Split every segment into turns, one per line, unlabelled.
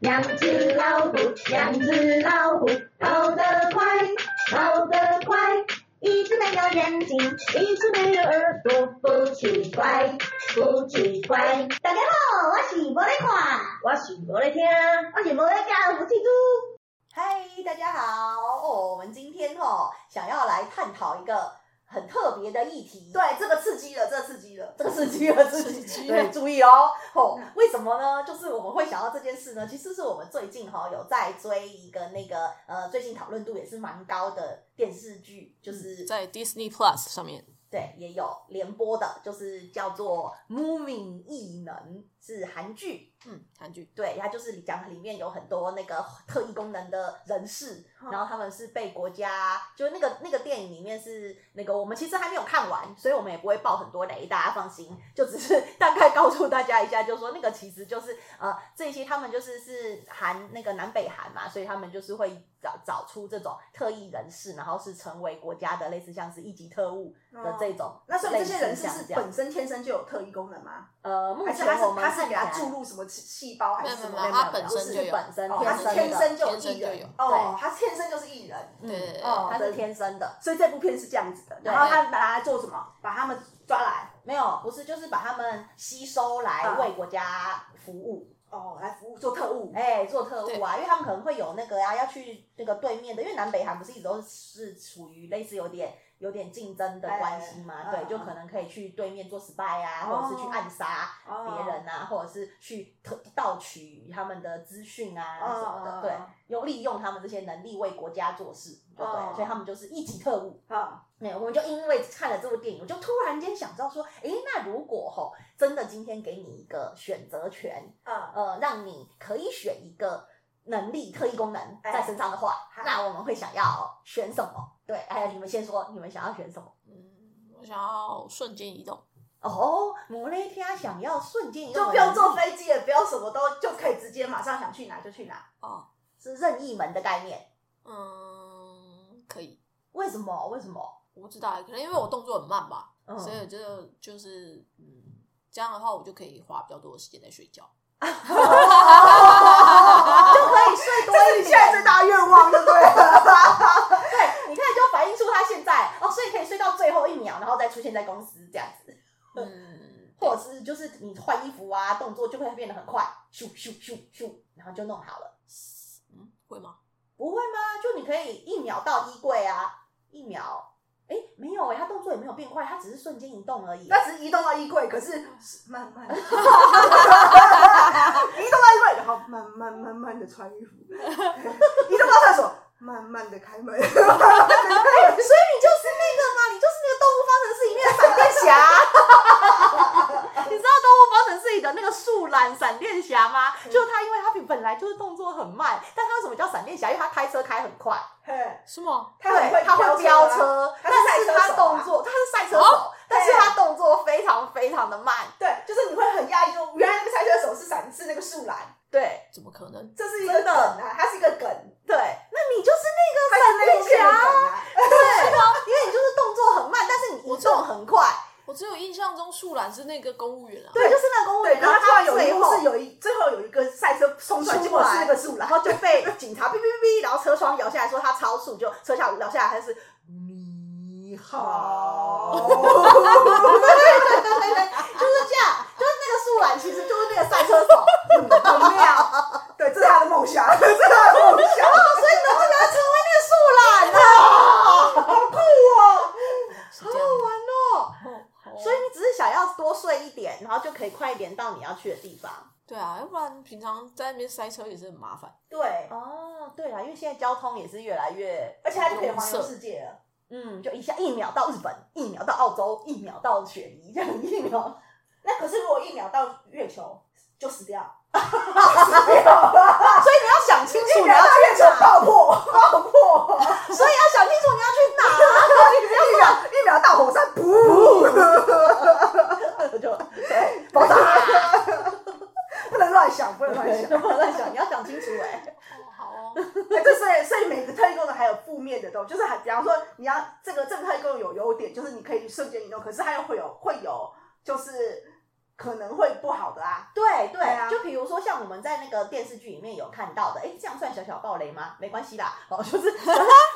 两只老虎，两只老虎，跑得快，跑得快。一只没有眼睛，一只没有耳朵，不奇怪，不奇怪。
大家好，我是无咧看，
我是无咧听，
我是无咧教，我是猪。嗨，大家好哦，我们今天哦想要来探讨一个很特别的议题。对，这个刺激了，这个刺激了，这个刺激了，刺激。对，注意 哦，哦，为什么呢？就是我们会想到这件事呢，其实是我们最近哈、有在追一个那个呃，最近讨论度也是蛮高的电视剧，就是、
在 Disney Plus 上面，
对，也有联播的，就是叫做《Moving 异能》，是韩剧。
嗯，韩剧，
对，它就是讲里面有很多那个特异功能的人士，
嗯
然后他们是被国家，就是那个那个电影里面是那个我们其实还没有看完，所以我们也不会爆很多雷，大家放心，就只是 大概告诉大家一下，就说那个其实就是呃这些他们就是是韩那个南北韩嘛，所以他们就是会找找出这种特异人士，然后是成为国家的类似像是一级特务的这种、
哦那所以这些人
类
士
似像这
是
样
本身天生就有特异功能吗？
呃，目
还是
前
他
我
是
们
他是
看起
给他
来
注入什么细细胞还是什
没有
么？
没有没有他本身就有
是本身
哦，他是
天
天
生的
生就有
天生
艺
就
人
有
哦，他天生就是艺人，
嗯
对对对
哦
它是天生的，
所以这部片是这样子的。
对
然后他拿来做什么？把他们抓来，
没有，不是就是把他们吸收来
嗯
为国家服务，
哦，来服务做特务。
哎、做特务啊，因为他们可能会有那个啊，要去那个对面的，因为南北韩不是一直都是处于类似有点有点竞争的关系嘛，
哎
对，
嗯
就可能可以去对面做 spy 啊，
哦
或者是去暗杀
哦
别人啊，或者是去特盗取他们的资讯啊
嗯
什么的，
嗯
对
嗯，
用利用他们这些能力为国家做事，对不对？
哦
所以他们就是一级特务。
啊，
对，我们就因为看了这部电影，我就突然间想到说，诶，那如果吼真的今天给你一个选择权，
嗯，
呃，让你可以选一个能力、特异功能在身上的话，
哎
那我们会想要选什么？对，哎，你们先说，你们想要选什么？
嗯，我想要瞬间移动，
哦，摩雷天想要瞬间移动
就
的能力，
不用坐飞机，也不用什么都，就可以直接马上想去哪就去哪。
哦，
是任意门的概念，
嗯，可以，
为什么？为什么？
我不知道，欸可能因为我动作很慢吧，
嗯，
所以我就就是嗯，这样的话我就可以花比较多的时间在睡觉。
哦 就可以睡多
这是
一点。
你现 在最大的愿望，对不对？
对，你看就反映出他现在哦，所以可以睡到最后一秒，然后再出现在公司这样子，
嗯，
或者是就是你换衣服啊，动作就会变得很快，咻咻咻咻，然后就弄好了，
嗯，会吗？
不会吗？就你可以一秒到衣柜啊，一秒，哎，没有哎、他动作也没有变快，他只是瞬间移动而已。
那只是移动到衣柜，可是慢慢地， 移动到衣柜，然后慢慢慢慢的穿衣服， 移动到厕所，慢慢的开门。
哎，所以你就是那个嘛，你就是那个《动物方程式》里面的闪电侠。 你知道《动物方程式》里的那个树懒闪电侠吗？就是他，因为他本来就是动作很慢，但他为什么叫闪电侠？因为他开车开很快。
嘿
是吗？
他很
对
会
他
飙
会飙
车啊，
车，
他
但
是
是
赛车
他
手啊哦
动作他是赛车手，但是他动作非常非常的慢。
对，就是你会很讶异，就原来那个赛车手是闪是那个树 懒，
对
怎么可能？
这是一个
真
梗
的
啊，它是一个梗，
对，那你就是
它是那个
闪电侠
梗啊，
那个对，因为你就是动作很慢，但是你移动很快。
我只有印象中树懒是那个公务员啊，
对，就是那个公务
对，
员，
然后
后
突然有一
最
幕
后
是有一最后有一个赛车冲出来，
出
结果是
来
那个树
然
懒，
后就被警察哔哔哔，然后车窗摇下来说他超速，就车下摇下来他是你好。对对对对，就是这样，就是那个树懒其实就是那个赛车手。
很妙， 对，这是他的梦想， 这是他的梦想，
所以能不能成为那个树懒啊？好酷哦，
是
好好
这样的。
玩哦！
哦好哦
所以你只是想要多睡一点，然后就可以快一点到你要去的地方。
对啊，要不然平常在那边塞车也是很麻烦。
对，
哦，对啦，因为现在交通也是越来越，
而且他就可以环游世界了。
嗯，就一下一秒到日本，一秒到澳洲，一秒到雪梨，这样一秒。
那可是如果一秒到月球就死 掉，
所以你要想清楚
一
你
秒
要
到月
去
球
哪，
爆破，爆破，
所以要想清楚你要去 哪。啊
一秒一秒到火山，噗，
就对，爆炸，
不能乱想，不能乱
对
想。
就不能乱想，你要想清楚哎、
哦，好哦，
哎，对，所以所以每个特异功能还有负面的东西，就是还比方说你要这个这个特异功能有优点，就是你可以瞬间移动，可是它又会有会有就是可能会不好的啊。
对对，
对啊
就比如说像我们在那个电视剧里面有看到的，哎，这样算小小暴雷吗？没关系啦，哦， 就是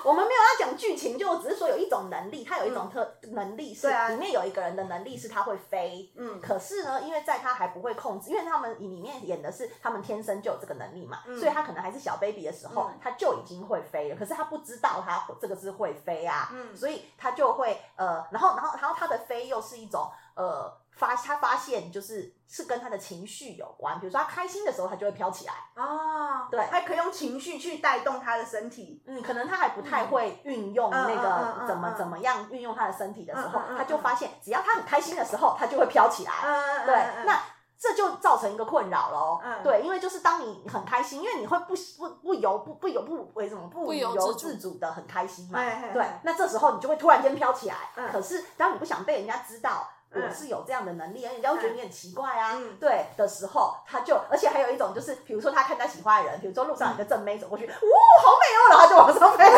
我们没有要讲剧情，就我只是说有一种能力，他有一种特、能力是、
嗯对啊
里面有一个人的能力是他会飞。
嗯，
可是呢，因为在他还不会控制，因为他们里面演的是他们天生就有这个能力嘛，
嗯
所以他可能还是小 baby 的时候，
嗯
他就已经会飞了。可是他不知道他这个是会飞啊，
嗯
所以他就会呃，然后然后然后他的飞又是一种呃发他发现就是是跟他的情绪有关，比如说他开心的时候他就会飘起来，
哦，
对
他可以用情绪去带动他的身体。
嗯，可能他还不太会运用
嗯
那
嗯嗯
个
嗯
怎么
嗯
怎么样运用他的身体的时候
嗯嗯嗯，
他就发现只要他很开心的时候，他就会飘起来，
嗯，
对
嗯，
那。这就造成一个困扰喽，
嗯
对，因为就是当你很开心，因为你会不不不由不不由不为什么不
不由
由
自主
自主的很开心嘛，
哎
对，那这时候你就会突然间飘起来。
嗯
可是当你不想被人家知道
嗯
我是有这样的能力，而人家会觉得你很奇怪啊。
嗯
对的时候，他就，而且还有一种就是，比如说他看他喜欢的人，比如说路上有个正妹走过去，哇、好美哦，然后他就往上飞，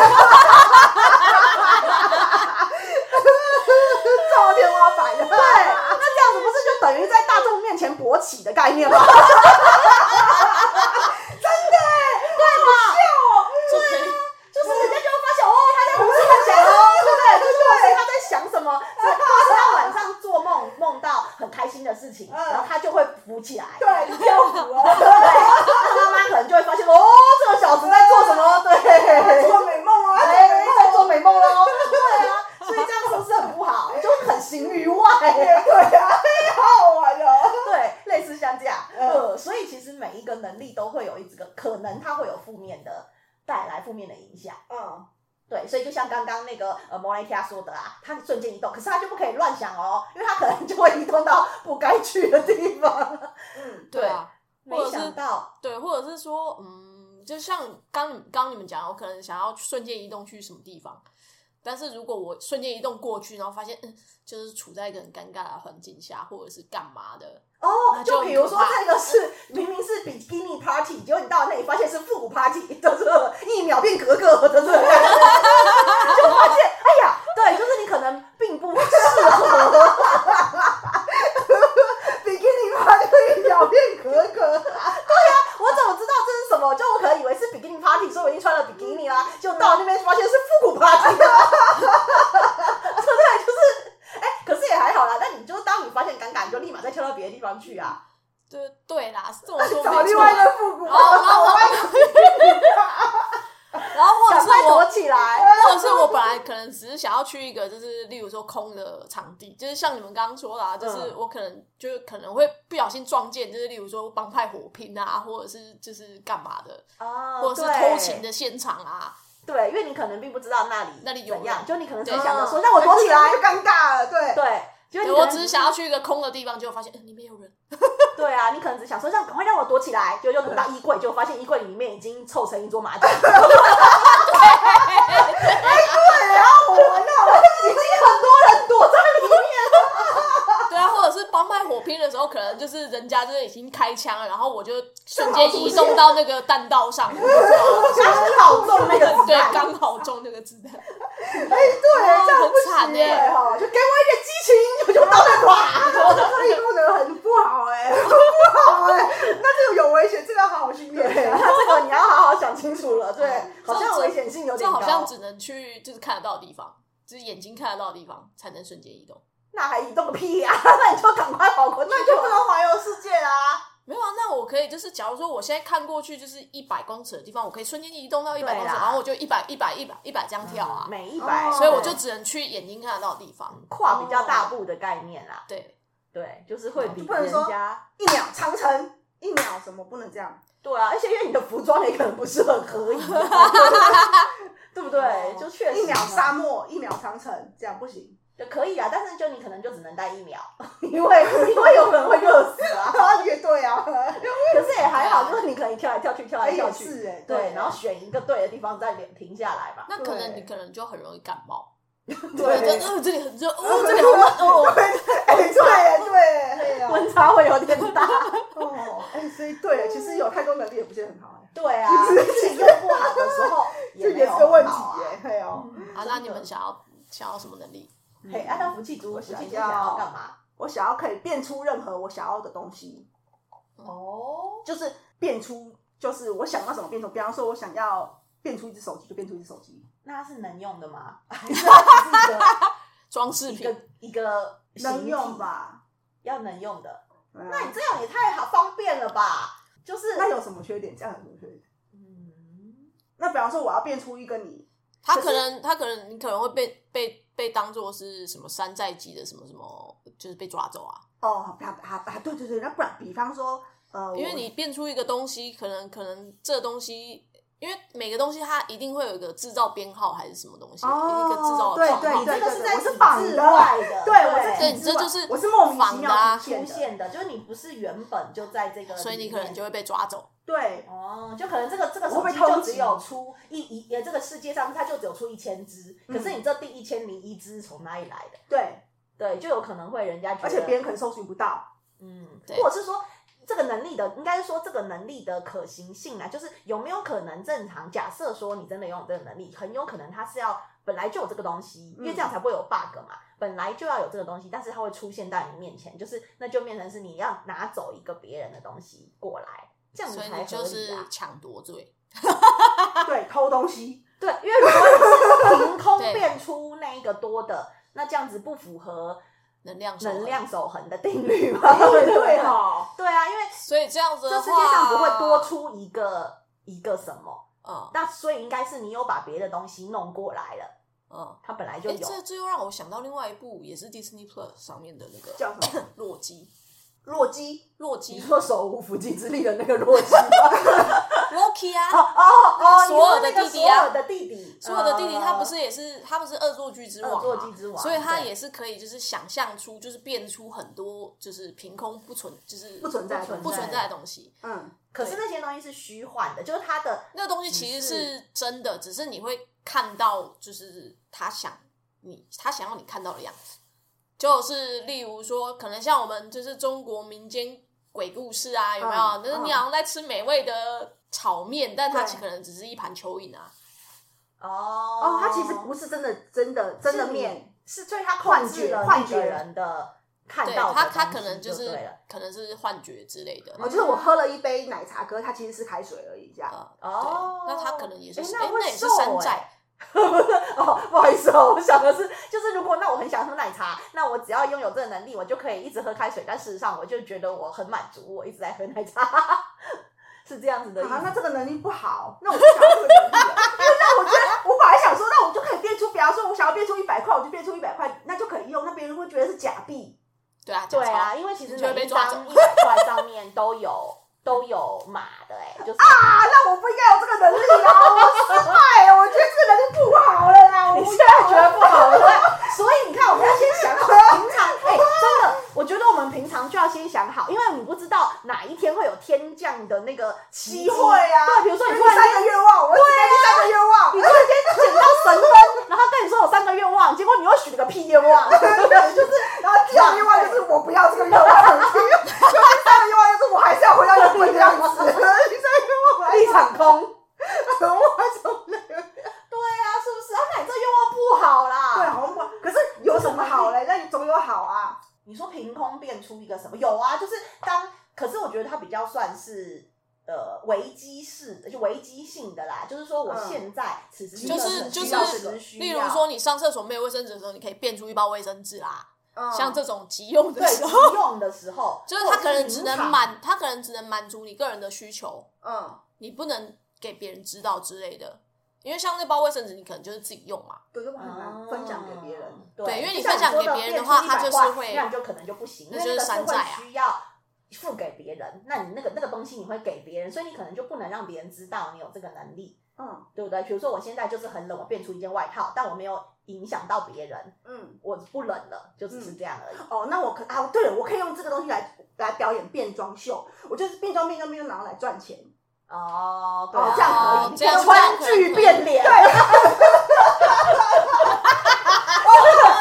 照天花 板
对，那这样子不是就等于在大众面前勃起的概念吗？
就可 以
就是人家就会发现哦，他在胡思乱想哦，对不对？就是或者他在想什么，所以或是他晚上做梦梦到很开心的事情，
嗯
然后他就会浮起来，
对，就漂浮
对，
哦，
他妈妈可能就会发现哦，这个小子在做什么？对，
做美梦啊，
哎，在做美梦喽。对啊，所以这样是不是很不好？就很形于外。
对啊，好好玩哦。
对，类似像这样，
嗯
呃，所以其实每一个能力都会有一个可能，它会有负面的带来负面的影响。
嗯，
对，所以就像刚刚那个呃莫雷提亚说的啊，他瞬间移动，可是他就不可以乱想哦，因为他可能就会移动到不该去的地方。
嗯，
对啊，
没
或者是
想到，
对，或者是说，嗯，就像刚刚你们讲，我可能想要瞬间移动去什么地方，但是如果我瞬间移动过去，然后发现，嗯，就是处在一个很尴尬的环境下，或者是干嘛的，
哦，
那
就
就
比如说
很可怕
这个是明明是比基尼 party，结果你到那里发现是复古 party，就是 一秒变格格 的这个感觉，就发现哎呀，对，就是你可能并不适合。
比基尼趴就一表变格格，
我怎么知道这是什么？就我可能以为是比基尼 party，所以我已经穿了比基尼啦，就到那边发现是复古 party，对不 对？就是，哎、可是也还好啦。但你就当你发现尴尬，你就立马再跳到别的地方去啊。
对对啦，是这么说没
找
错。
另外一个复古
然后，然后，然后， 然后或者
赶
是
快
我
躲起来。
或者是我本来可能只是想要去一个，就是例如说空的场地，就是像你们刚刚说的、啊，就是
嗯
我可能就是可能会不小心撞见，就是例如说帮派火拼啊，或者是就是干嘛的，
哦
或者是偷情。的现场啊，
对对，因为你可能并不知道那里
那里有
怎样，
人
就你可能只是
对
想着说，让我躲起来
就。尴尬了，对，
对，就
对
你
我
可能
只是想要去一个空的地方，结果发现、呃、里面有人，
对啊，你可能只想说让赶快让我躲起来，就就躲到衣柜，就发现衣柜里面已经凑成一桌麻 将。
然后我玩
已
到
经很多人躲在里面，
对啊，或者是帮派火拼的时候，可能就是人家就是已经开枪了，然后我就瞬
正好
间
出
移
现
动到那个弹道 上，
刚好中那个子
对
弹，，
刚好中那个子弹，
哎，对，这样不
哇很
行
惨耶
哎，哈，就
就给我一点激情，我就到那 哇！
这一路的很不好哎，很不好哎，那这个有危险，这个要好好训练
对，
哎。
这个你要好好想清楚了，对， 好像危险性有
这
点
好像
高，
只能去就是看得到的地方，就是眼睛看得到的地方才能瞬间移动。
那还移动个屁呀、 那你就赶快跑过去，
那就不能环游世界啦！
没有啊，那我可以就是，假如说我现在看过去就是一百公尺的地方，我可以瞬间移动到一百
对啊嗯啦
公尺，然后我就一百、一百、一百、一百这样跳啊。
每一百，
哦
所以我就只能去眼睛看得到的地方。
跨比较大步的概念啊啦，
对，
对，哦就是会比
不能
人
说
家。
一秒长城，一秒什么不能这样？
对啊，而且因为你的服装也可能不是很合宜， 对不对？就确实
哦一秒
嘛
沙漠，一秒长城，这样 不行。
就可以啊，但是就你可能就只能待一秒，因为 因为有人会热死啊。
啊，也对啊，
可是也还好，就是你可以跳来跳去，跳来跳
也
去，
是哎，
对，然后选一个对的地方再停停下来嘛。
那可能
对
你可能就很容易感冒。
对
就觉得呃，这里很热，哦，这里好 冷哦。
哎，对对对啊，
温差会有点 大，
哦，哎，所以对，其实有太多能力也不是很好哎，
对啊，心情不好的时候
这
没
也
有
是个问题
好啊。
哎，对哦，
啊，那你们想要想要什么能力？
嘿，啊，那福气猪，
我
福气
嗯想
猪想要
要
干嘛？
我想要可以变出任何我想要的东西，
哦，
就是变出，就是我想要什么变出。比方说，我想要变出一只手机，就变出一只手机。
那它是能用的 吗？还是它
装饰
只是一
品
个一个一个
能用？吧？嗯
要能用的。那
那
你这样也太好方便了吧？就是
那有什么缺点？这样有什么缺点？
嗯，
那比方说，我要变出一个你，
他可能他可能你可能会被被被当做是什么山寨级的什么什么，就是被抓走啊。
哦，不要啊啊，对对对，那不然，比方说，呃，
因
我
为你变出一个东西，可能可能这东西，因为每个东西它一定会有一个制造编号还是什么东西，
哦
一个制造
对
的状
对
况。
这
对
个
对
是在
我是
体
仿
制
的
外的，
对我是
对，
体
这就是
我是莫名其
仿的
妙
啊
出，
出
现的，
现的，就是你不是原本就在这个里面，
所以你可能就会被抓走。
对，
哦，就可能这个这个
我
手
会被
机
偷
就
袭
只有出一一，呃，这个世界上它就只有出一千只，可
嗯
是你这第一千零一只是从哪里来的？
对，
对，就有可能会人家觉得，
而且别人可能搜寻不 到，
嗯，
对
或者是说这个能力的，应该是说这个能力的可行性啊，就是有没有可能正常？假设说你真的拥有这个能力，很有可能它是要本来就有这个东西，
嗯
因为这样才不会有 bug 嘛，本来就要有这个东西，但是它会出现在你面前，就是那就变成是你要拿走一个别人的东西过来，这样子
所以
才
你就
合理啊
是。抢夺罪，
对，偷东西，
对，因为如果你是凭空
对
变出那一个多的，那这样子不符合
能量守恒
能量守恒的定律嘛？
对
对
对哦，
对啊，因为
所以这样子
这
的
世界上
话，
不会多出一个一个什么，
嗯
那所以应该是你有把别的东西弄过来了，
嗯。
它本来就
哎，
有。
这这又让我想到另外一部也是 Disney Plus 上面的那个
叫什么？
洛基，
洛基，
洛
你
基
说手无缚鸡之力的那个洛基 吗？
，Loki
哦
啊，
哦哦，你说那个
索尔的弟弟啊
索尔的弟弟，
所有的弟弟
呃
他不是也是他不是恶作剧之王啊
恶
嘛
作剧之王，
所以他
对
也是可以，就是想象出，就是变出很多，就是凭空不存，就是
不存在的东西
不存在的东西。
嗯，
可是那些东西是虚幻的，就是他的
那个东西其实是真的，只是你会看到，就是他想你，他想要你看到的样子。就是例如说，可能像我们就是中国民间鬼故事啊，有没有？
嗯
就是你
嗯
好像在吃美味的炒面，但它
嗯
对
可能只是一盘蚯蚓啊。
哦
哦，它其实不是真的，真的真的面，
是，所以他控制了
幻
那
觉
个人的看
对
到的
他，他
东
可
西
能
就是对了
可能是幻觉之类的。
哦，就是我喝了一杯奶茶，可是它其实是开水而已，这样，
呃
哦
对那他可能也是，
诶
哎、
那会
那也是
瘦
山
诶
寨，
哦， 不好意思哦，我想的是，就是如果那我很想喝奶茶，那我只要拥有这个能力，我就可以一直喝开水。但事实上，我就觉得我很满足，我一直在喝奶茶， 是这样子的意思。
啊，那这个能力不好，那我就想要这个能力了，那我觉得我本来想说，那我就可以变出，比方说我想要变出一百块，我就变出一百块，那就可以用，那别人会觉得是假币，
对啊，假
对
钞
啊，因为其实
你就会
每
被
一
抓走
张一百块上面都有都有码的、哎，就是
啊，那我不应该有这个能力啦，我失败了，我觉得这个能力不好了啦，我
你
不
哦现在觉得不好了，对 所以你看，我们要先想好平常，哎、真的，我觉得我们平常就要先想好，因为你不知道哪一天会有天降的那个奇迹
机会啊
对，比如说你
第
突然间
三个愿望，我只给你三个愿望
你，突然间捡到神灯，然后跟你说有三个愿望，结果你又许了个屁愿 望，就是
然后第二个愿望就是我不要这个愿望，第三个愿望就是我还是要回到原本的样子，第三个愿望
一场空。
我还从那个
对啊，是不是？啊，那你这愿望不好啦。
对，好像不好可是有什么好嘞？那你总有好啊，
你说凭空变出一个什么？有啊，就是当，可是我觉得它比较算是。呃，危机式的，就危机性的啦，就是说我
嗯
现在此时此刻
就是就
需要
是
此时需
例
要
如说，你上厕所没有卫生纸的时候，你可以变出一包卫生纸啦。
嗯
像这种急用的
对急
时候，
用的时候，
就是它可能只
或者
能
是
满，它可能只能满足你个人的需求，
嗯，
你不能给别人知道之类的。因为像那包卫生纸，你可能就是自己用嘛。
对，就
你
很
无法
难分享给别人。
对，
对因为你
就像
分享
说
给
的
别人
变
的话
出
他
100
就是
块
会
那你就可能就不行，因
那
为
就
那
是
个
山
会
寨啊
需要付给别人，那你那个那个东西你会给别人，所以你可能就不能让别人知道你有这个能力，
嗯
对不对？比如说我现在就是很冷，我变出一件外套，但我没有影响到别人，
嗯，
我不冷了，就只是这样而已。
哦，那我可啊，对了，我可以用这个东西来来表演变装秀，我就是变装变装变装，然后来赚钱。
哦，对
哦
啊，，
这样可
哦
以，
这样
玩
这样可
具
以
变脸。对，哦，哦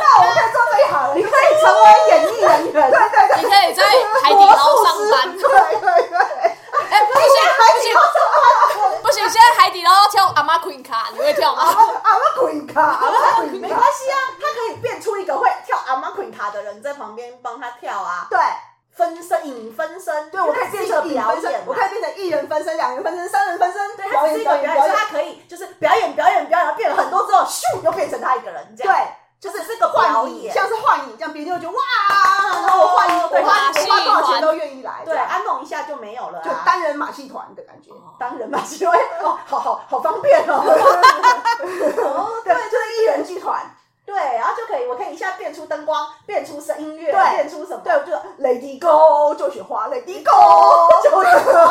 那我可以做这一行了，你可以成为演艺人员。 对对
你
对，
可以在海底捞上班
魔术师，对对对。
哎、不行不行不行，现在海底捞要跳阿妈 Queen 卡，你会跳
阿
吗？
妈啊阿妈滚卡，阿妈滚
没
卡 啊
关。系啊，他可以变出一个会跳阿玛昆卡的人在旁旁边帮他跳啊，
对，
分身影分身，
对我可以
这
变
个
成一啊人
表演
分身，
嘛
我可以变成一人分身、两人分身、三人分身，
对，
表
他只是
演
一个
表
表演，所
演表
以
演，
他可以就是表演表演表演，然后变了很多之后，咻又变成他一个人这
对
样。，就是这个表
幻影，
演。哦
像是幻影这样，别人就觉得哇，然后我幻影，
对
我花
马戏
我花多少钱
团
都愿意来，
对，
这样
安弄一下就没有了
就
啊。
单人马戏团的感觉，
哦
单人马戏团，哦，好好好方便哦，
哦
对，就是一人剧团，
对，然后就可以，我可以一下变出灯光，变出声音乐，
对
变出什么？
对，我就 Lady Go 就雪花，Lady Go
哦
就雪花，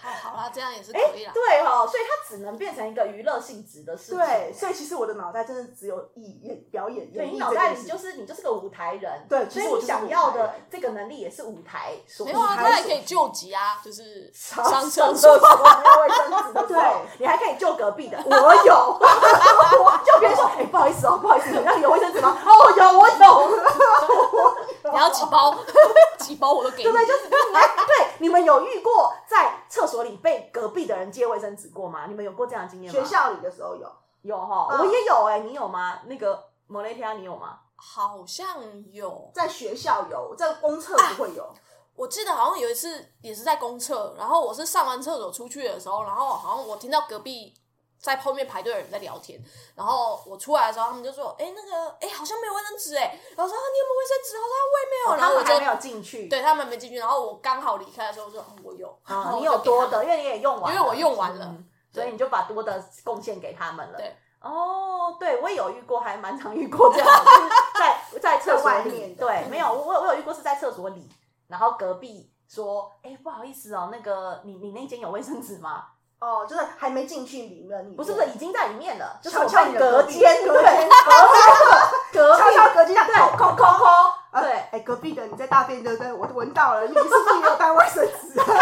好好啦，这样也是
哎
可以啦。
对哦，所以它只能变成一个娱乐性质的事情。
对，所以其实我的脑袋真的只有艺演表演，
对
演
你
艺
脑
这
袋
件
里
事
就。是你就是个舞台人，
对其
所
实
以
我
你
就是个
想
舞
要
台
的
人
这个能力也是舞台所
没有啊，
你
他
还
也可以救急啊，就是
上
上
上
厕所。
没有卫生纸的时候
对，
你还可以救隔壁的。
我有， 我就别人说，哎、不好意思哦，不好意思，你那里有卫生纸吗？哦，有，我有，
你要几包？ 几包我都给你
对。对，就是你们对你们有遇过在厕所里被隔壁的人借卫生纸过吗？你们有过这样的经验吗？
学校里的时候有，
有哈，
嗯
我也有哎、你有吗？那个莫雷提亚你有吗？
好像有，
在学校有，在公厕不会有，
啊
我记得好像有一次也是在公厕，然后我是上完厕所出去的时候，然后好像我听到隔壁在后面排队的人在聊天，然后我出来的时候，他们就说：“哎、那个，哎、好像没有卫生纸哎。”然后说：“啊，你有没有卫生纸？”然后说啊：“我也没有。然
哦他
后我
们还没
就
有进去。
对他们没进去，然后我刚好离开的时候我说：“哦我有。”然
啊、
后我
你
就
有
给
多
他们，
的，因为你也用完了，
因为我用完了
嗯所以你就把多的贡献给他们了。
对，
哦，对我也有遇过，还蛮常遇过这样的，就是 在在厕所
在外
里，
面的
对，
嗯
没有，我我有遇过是在厕所里，然后隔壁说，哎、不好意思哦，那个你你那间有卫生纸吗？
哦，就是还没进去里面，
不是不是，已经在里面了，就是
悄
我
悄
们
地
隔
隔壁
间，
隔
对隔
间
壁
悄悄隔壁上，
对
抠抠抠抠，啊
对
哎、隔壁的你在大便对不对？我闻到了，你是不是没有带卫生纸？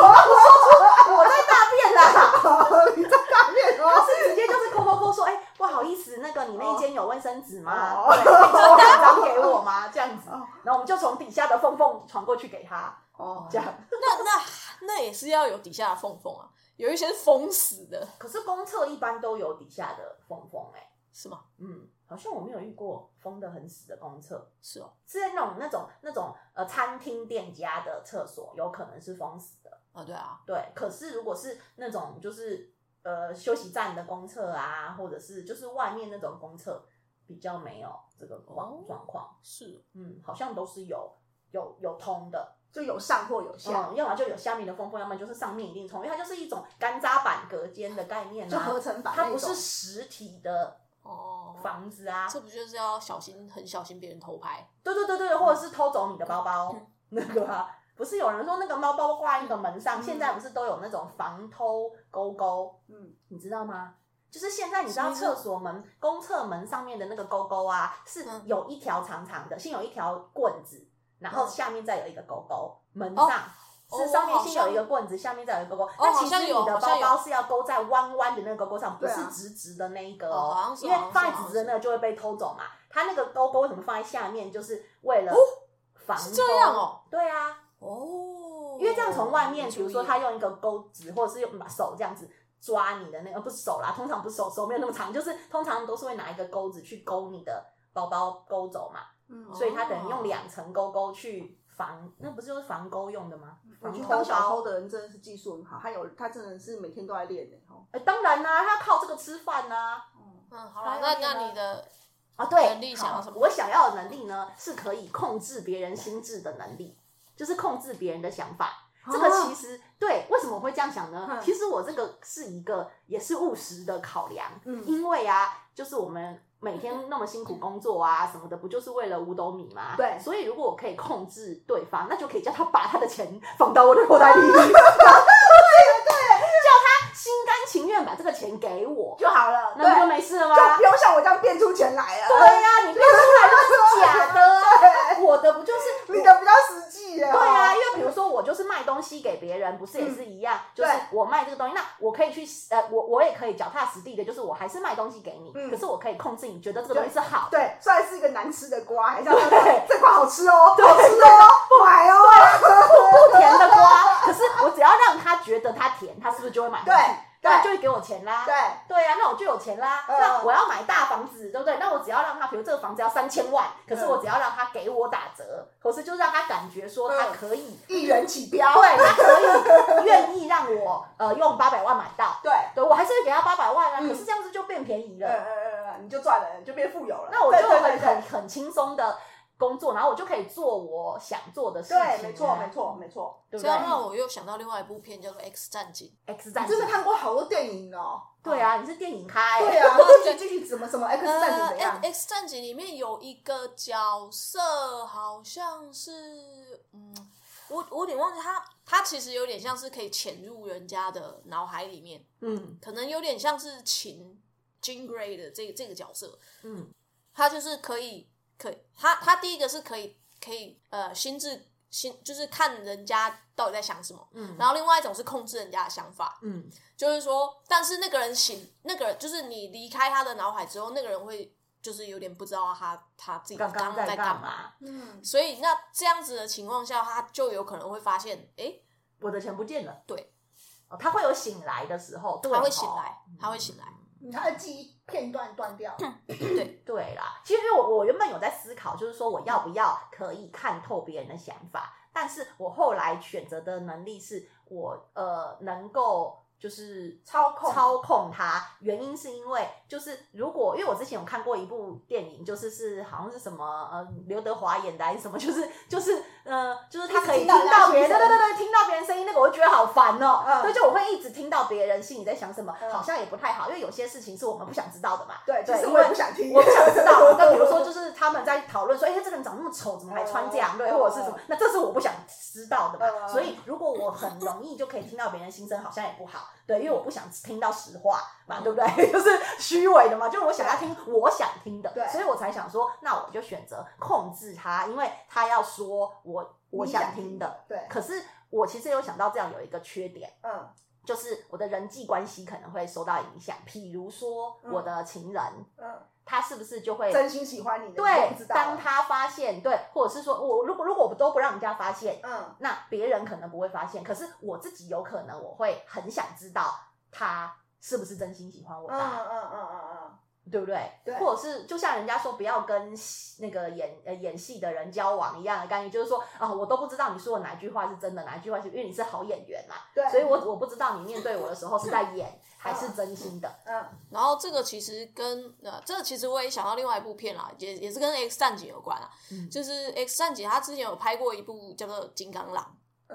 我在大便啦，
你在大便
他
哦。
是直接就是抠抠抠说，哎、不好意思，那个你那一间有卫生纸吗？
哦
对，就两张给我吗？这样子
哦，
然后我们就从底下的缝缝传过去给他，
哦
这样。
那那那也是要有底下的缝缝啊，有一些是封死的，
可是公厕一般都有底下的缝缝，哎，
是吗？
嗯，好像我没有遇过封的很死的公厕，
是哦，
是那种那种那种呃餐厅店家的厕所有可能是封死的，
啊对啊，
对。可是如果是那种就是呃休息站的公厕啊，或者是就是外面那种公厕，比较没有这个状
哦
状况，
是
嗯，好像都是有有有通的，
就有上或有下，
嗯，要么就有下面的缝缝，要么就是上面一定通，因为它就是一种干渣板隔间的概念
就
啊
合，成版那
它不
种，
是实体的
哦，
房子啊，
这不就是要小心，很小心别人偷拍？
对对对对，或者是偷走你的包包
嗯
那个啊，不是有人说那个猫包挂在那个门上，
嗯
现在不是都有那种防偷勾勾，
嗯，
你知道吗？就是现在你知道
什么意
厕
思
所门、公厕门上面的那个勾勾啊，是
嗯
有一条长长的，先有一条棍子，然后
嗯
下面再有一个勾勾，门
哦
上。
哦
是上面
我好
先有一个
像哦
棍子，下面再有一个勾勾。那
好
其
像
实
有
你的
好
包
像
包
有
是要勾在弯弯的那个勾勾上，不
对啊
是直直的那一个
哦好
哦
像，是
因为
好像是
放在
好像
直直的那个就会被偷走嘛。它那个勾勾为什么放在下面，就是为了
哦
防
是
偷。
这样哦。
对啊，
哦，
因为这样从外面，
没
比如
注
说
意
他用一个钩子，或者是用把手这样子抓你的那个，呃不是手啦，通常不是手，手没有那么长，就是通常都是会拿一个钩子去勾你的包包勾走嘛，
哦
嗯，
所以他等于用两层勾勾去防，那不是就是防勾用的吗？
我
防
觉得
偷
当小
包
偷。的人真的是技术很好，他有他真的是每天都在练的哦。
呃当然啦、他靠这个吃饭呐、
嗯，好
他
了，那
要练
那
吗
你的
啊，对，
能力想要
好
什么
我想要的能力呢，是可以控制别人心智的能力，就是控制别人的想法。
哦
这个其实对，为什么我会这样想呢
嗯？
其实我这个是一个也是务实的考量，
嗯
因为啊，就是我们每天那么辛苦工作啊什么的，不就是为了五斗米吗？
对
所以如果我可以控制对方，那就可以叫他把他的钱放到我的口袋里， 对对，叫他心甘情愿把这个钱给我，
就好了，
那不就
对，
没事了吗？
就不用像我这样变出钱来了。
对呀、你变出来就是假的啊， 我的不就是
你的比较实际耶。
对啊，因为比如说我就是卖东西给别人，不是也是一样？就是
嗯对
我卖这个东西，那我可以去呃，我我也可以脚踏实地的，就是我还是卖东西给你，
嗯
可是我可以控制你觉得这个东西是好。
对，虽然是一个难吃的瓜，还是要
对
这瓜好吃哦，好吃哦，买哦。
不甜的瓜，可是我只要让他觉得它甜，他是不是就会买？
对，
那就会给我钱啦。
对，
对啊，那我就有钱啦。
嗯
那我要买大房子，对不对？那我只要让他，比如这个房子要三千万，可是
嗯
我只要让他给我打折，可是就让他感觉说他
嗯
可以，
一元起标，
对他可以愿意让我呃用八百万买到，
对，
对我还是会给他八百万啊。
嗯
可是这样子就变便宜
呃
了，
呃呃，你就赚了，你就变富有了。
那我就
对
很
对对
很很轻松的工作，然后我就可以做我想做的事情啊。
对，没错没错没错。
对不
这样让
对
我又想到另外一部片叫做《X 战警
？X 战
你
警
真的，看过好多电影哦。
对啊，你是电影咖
对
欸，
啊，
对
继续继续怎么什么》X 战警
呃。
怎样？
哎
X 战警》里面有一个角色，好像是嗯，我我有点忘记他，他其实有点像是可以潜入人家的脑海里面，
嗯
可能有点像是秦 Jean Grey 的这这个角色，
嗯
他就是可以，可以，他他第一个是可以可以呃心智心就是看人家到底在想什么，
嗯
然后另外一种是控制人家的想法，
嗯
就是说，但是那个人醒，那个人就是你离开他的脑海之后，那个人会就是有点不知道他他自己
刚刚
刚
在
在
干
嘛，
嘛？
嗯，
所以那这样子的情况下，他就有可能会发现，诶，
我的钱不见了。
对
哦，他会有醒来的时候，对
他会
哦
醒来，他会醒来，
嗯他的记忆片段断掉。
嗯
对，
对啦，其实我我原本有在思考，就是说我要不要可以看透别人的想法，但是我后来选择的能力是我呃能够就是
操控
操控它，原因是因为就是如果因为我之前有看过一部电影，就是是好像是什么呃刘德华演的还是什么，就是就是呃就是他可以
一直听
听
到
到别人
人
对对
家心声
对对听到别人声音，那个我就觉得好烦哦、
嗯
所以就我会一直听到别人心里在想什么，
嗯
好像也不太好，因为有些事情是我们不想知道的嘛。
对，其
对
实
因
我也
为
不想听，
我不想知道。那比如说，就是他们在讨论说，哎、这个人长那么丑，怎么还穿这样？对，或者是什么？那这是我不想知道的嘛。
哦嗯
所以，如果我很容易就可以听到别人心声，好像也不好。对，因为我不想听到实话嘛，对不对？ 就是虚伪的嘛，就是我想要听我想听的
对，
所以我才想说，那我就选择控制他，因为他要说我我
你
想听的。。
对，
可是我其实有想到这样有一个缺点。
嗯
就是我的人际关系可能会受到影响，譬如说
嗯
我的情人，
嗯，
他是不是就会
真心喜欢你的，你都不
对
知，道
当
了。
他发现对，或者是说我如果如果我都不让人家发现，
嗯，
那别人可能不会发现，可是我自己有可能我会很想知道他是不是真心喜欢我
嗯
的
嗯
啊、
嗯嗯嗯
对不对？
对
或者是就像人家说不要跟那个演呃演戏的人交往一样的概念，就是说啊、我都不知道你说的哪句话是真的，哪句话是因为你是好演员嘛，
嗯，对，
所以我我不知道你面对我的时候是在演还是真心的。
嗯
然后这个其实跟呃，这个其实我也想到另外一部片啦，也也是跟 X 战警有关啊，
嗯
就是 X 战警他之前有拍过一部叫做《金刚狼》。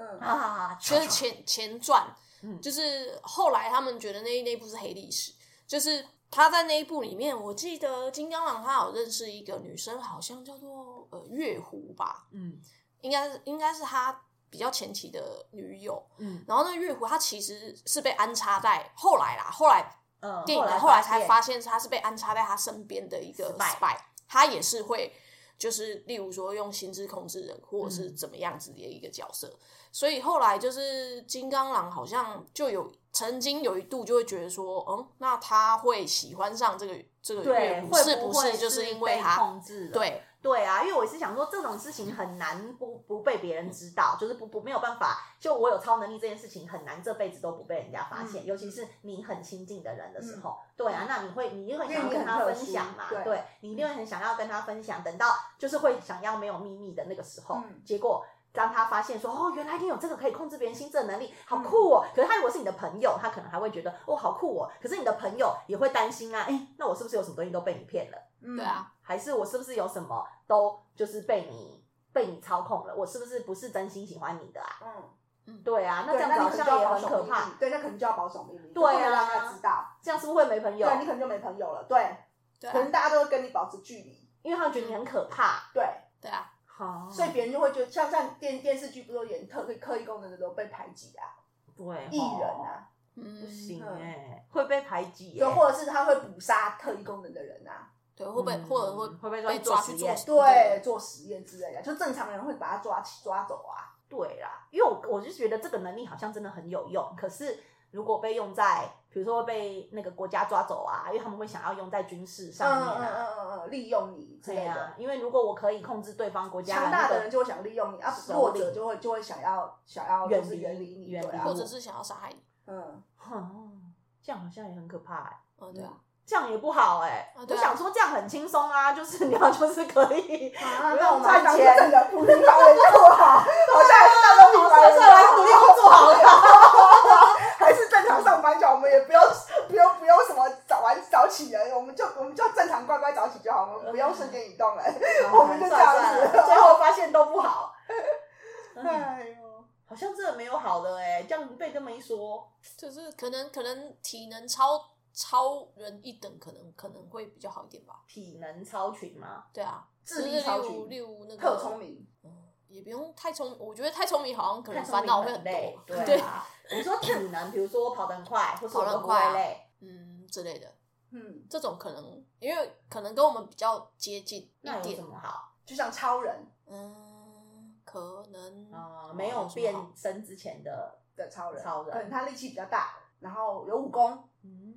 嗯
啊，
就是前前传
嗯，
就是后来他们觉得那那一部是黑历史，就是他在那一部里面，我记得金刚狼他有认识一个女生，好像叫做呃月湖吧，
嗯
应该是应该是他比较前期的女友。
嗯
然后那月湖她其实是被安插在后来啦，后来
嗯，
电影的后
后
来才
现
发现她是被安插在他身边的一个
Spy
spy，他也是会就是例如说用心智控制人或者
嗯
是怎么样子的一个角色，所以后来就是金刚狼好像就有曾经有一度就会觉得说，嗯，那他会喜欢上这个这个
对，
乐舞
会
是
不
是
会
就是因为
被
他
控制了？
对
对啊，因为我是想说这种事情很难不不被别人知
嗯
道，就是不不没有办法，就我有超能力这件事情很难这辈子都不被人家发
嗯
现，尤其是你很亲近的人的时候，对啊，那你会你一定会想要跟他分享嘛，
因为你很特殊对
对你一定会很想要跟他分享，等到就是会想要没有秘密的那个时候，
嗯
结果。当他发现说哦，原来你有这个可以控制别人心智的能力，好
嗯
酷哦！可是他如果是你的朋友，他可能还会觉得哦，好酷哦。可是你的朋友也会担心啊，哎，那我是不是有什么东西都被你骗了？
嗯，
对啊，
还是我是不是有什么都就是被你被你操控了？我是不是不是真心喜欢你的啊？
嗯，
对啊，那
对
这样
那
子好
你可能
像
就
也
要保
很
守
可
秘
怕
密，，对，那可能就要保守秘密，
对啊
不能让他知道，
这样是不是会没朋友？
对你可能就没朋友了，对，
对
可
啊
能大家都会跟你保持距离，
因为他们觉得你很可怕，
对，
对啊，
好
所以别人就会觉得，像像电电视剧不都演特刻意功能的都被排挤啊，
对
艺人
哦
啊，
不
嗯，
行
嗯
哎，会被排挤欸耶
对，，或者是他会捕杀特异功能的人啊，
对会被
嗯
或者会
会被抓
被
去做实
抓去做
验
实
对，做实验之类的，就正常人会把他抓起抓走啊，
对啦，因为我我就觉得这个能力好像真的很有用，可是如果被用在比如说被那个国家抓走啊，因为他们会想要用在军事
嗯
上面
嗯
啊，
嗯嗯嗯，利用你之
对
类的，
啊，因为如果我可以控制对方国家
强大
那
的
个
人就会想利用你，啊，
首
弱
领
者就会就会想要想要就是
远离
远离你，
远
对
离
啊
或，者是想要杀害你，
嗯，
哼，哦这样好像也很可怕、欸，
哦，对啊，
这样也不好哎、
啊
我
对啊
想说这样很轻松啊，就是你要就是可 以，
啊
不
那我
用
们
赚
还
钱，
真的不能把人做好，好像还是大家
从
都
社社来努力工作好了。
还是正常上班就好，我们也不用不用不用什么早晚早起人，我们就我们就正常乖乖早起就好，我们不用瞬间移动了。
啊
我们就这样
算了
子
算了最后发现都不好。哎
哎呦，
好像真的没有好的哎、这样被这么一说，
就是可能可能体能超超人一等，可能可能会比较好一点吧。
体能超群吗？
对啊，
智
就
力
是
超
例如
群
例如那个
特聪，明，
嗯也不用太聪明，我觉得太聪明好像可能
看
烦恼会
很累
多，，
对啊。你说体能，比如说我跑得很快，或是我
跑得
都
很
不
快
会
啊
累，
嗯之类的，
嗯，
这种可能因为可能跟我们比较接近一
那有什
点，
么好？
就像超人
嗯，可能
啊、没有变身之前的，
的超人，
超人
可能他力气比较大，然后有武功，
嗯，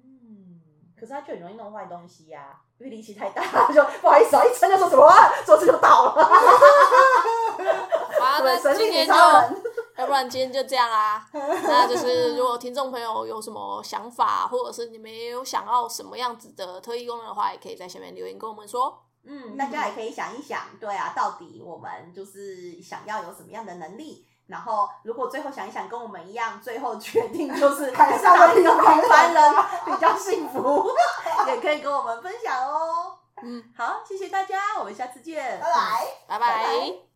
可是他就很容易弄坏东西呀、因为力气太大，就不好意思啊，一撑就说什么啊，桌子就倒了。
好吧，
对，
那
神
今
力
天
女
就
超人，
要不然今天就这样啦。那就是如果听众朋友有什么想法，或者是你们也有想要什么样子的特异功能的话，也可以在下面留言跟我们说。
嗯，大家也可以想一想，对啊，到底我们就是想要有什么样的能力？然后，如果最后想一想，跟我们一样，最后决定就是
还是要
当一个
平凡
平凡人
人
比较幸福，也可以跟我们分享哦。
嗯，
好，谢谢大家，我们下次见，
拜拜。
拜
拜拜
拜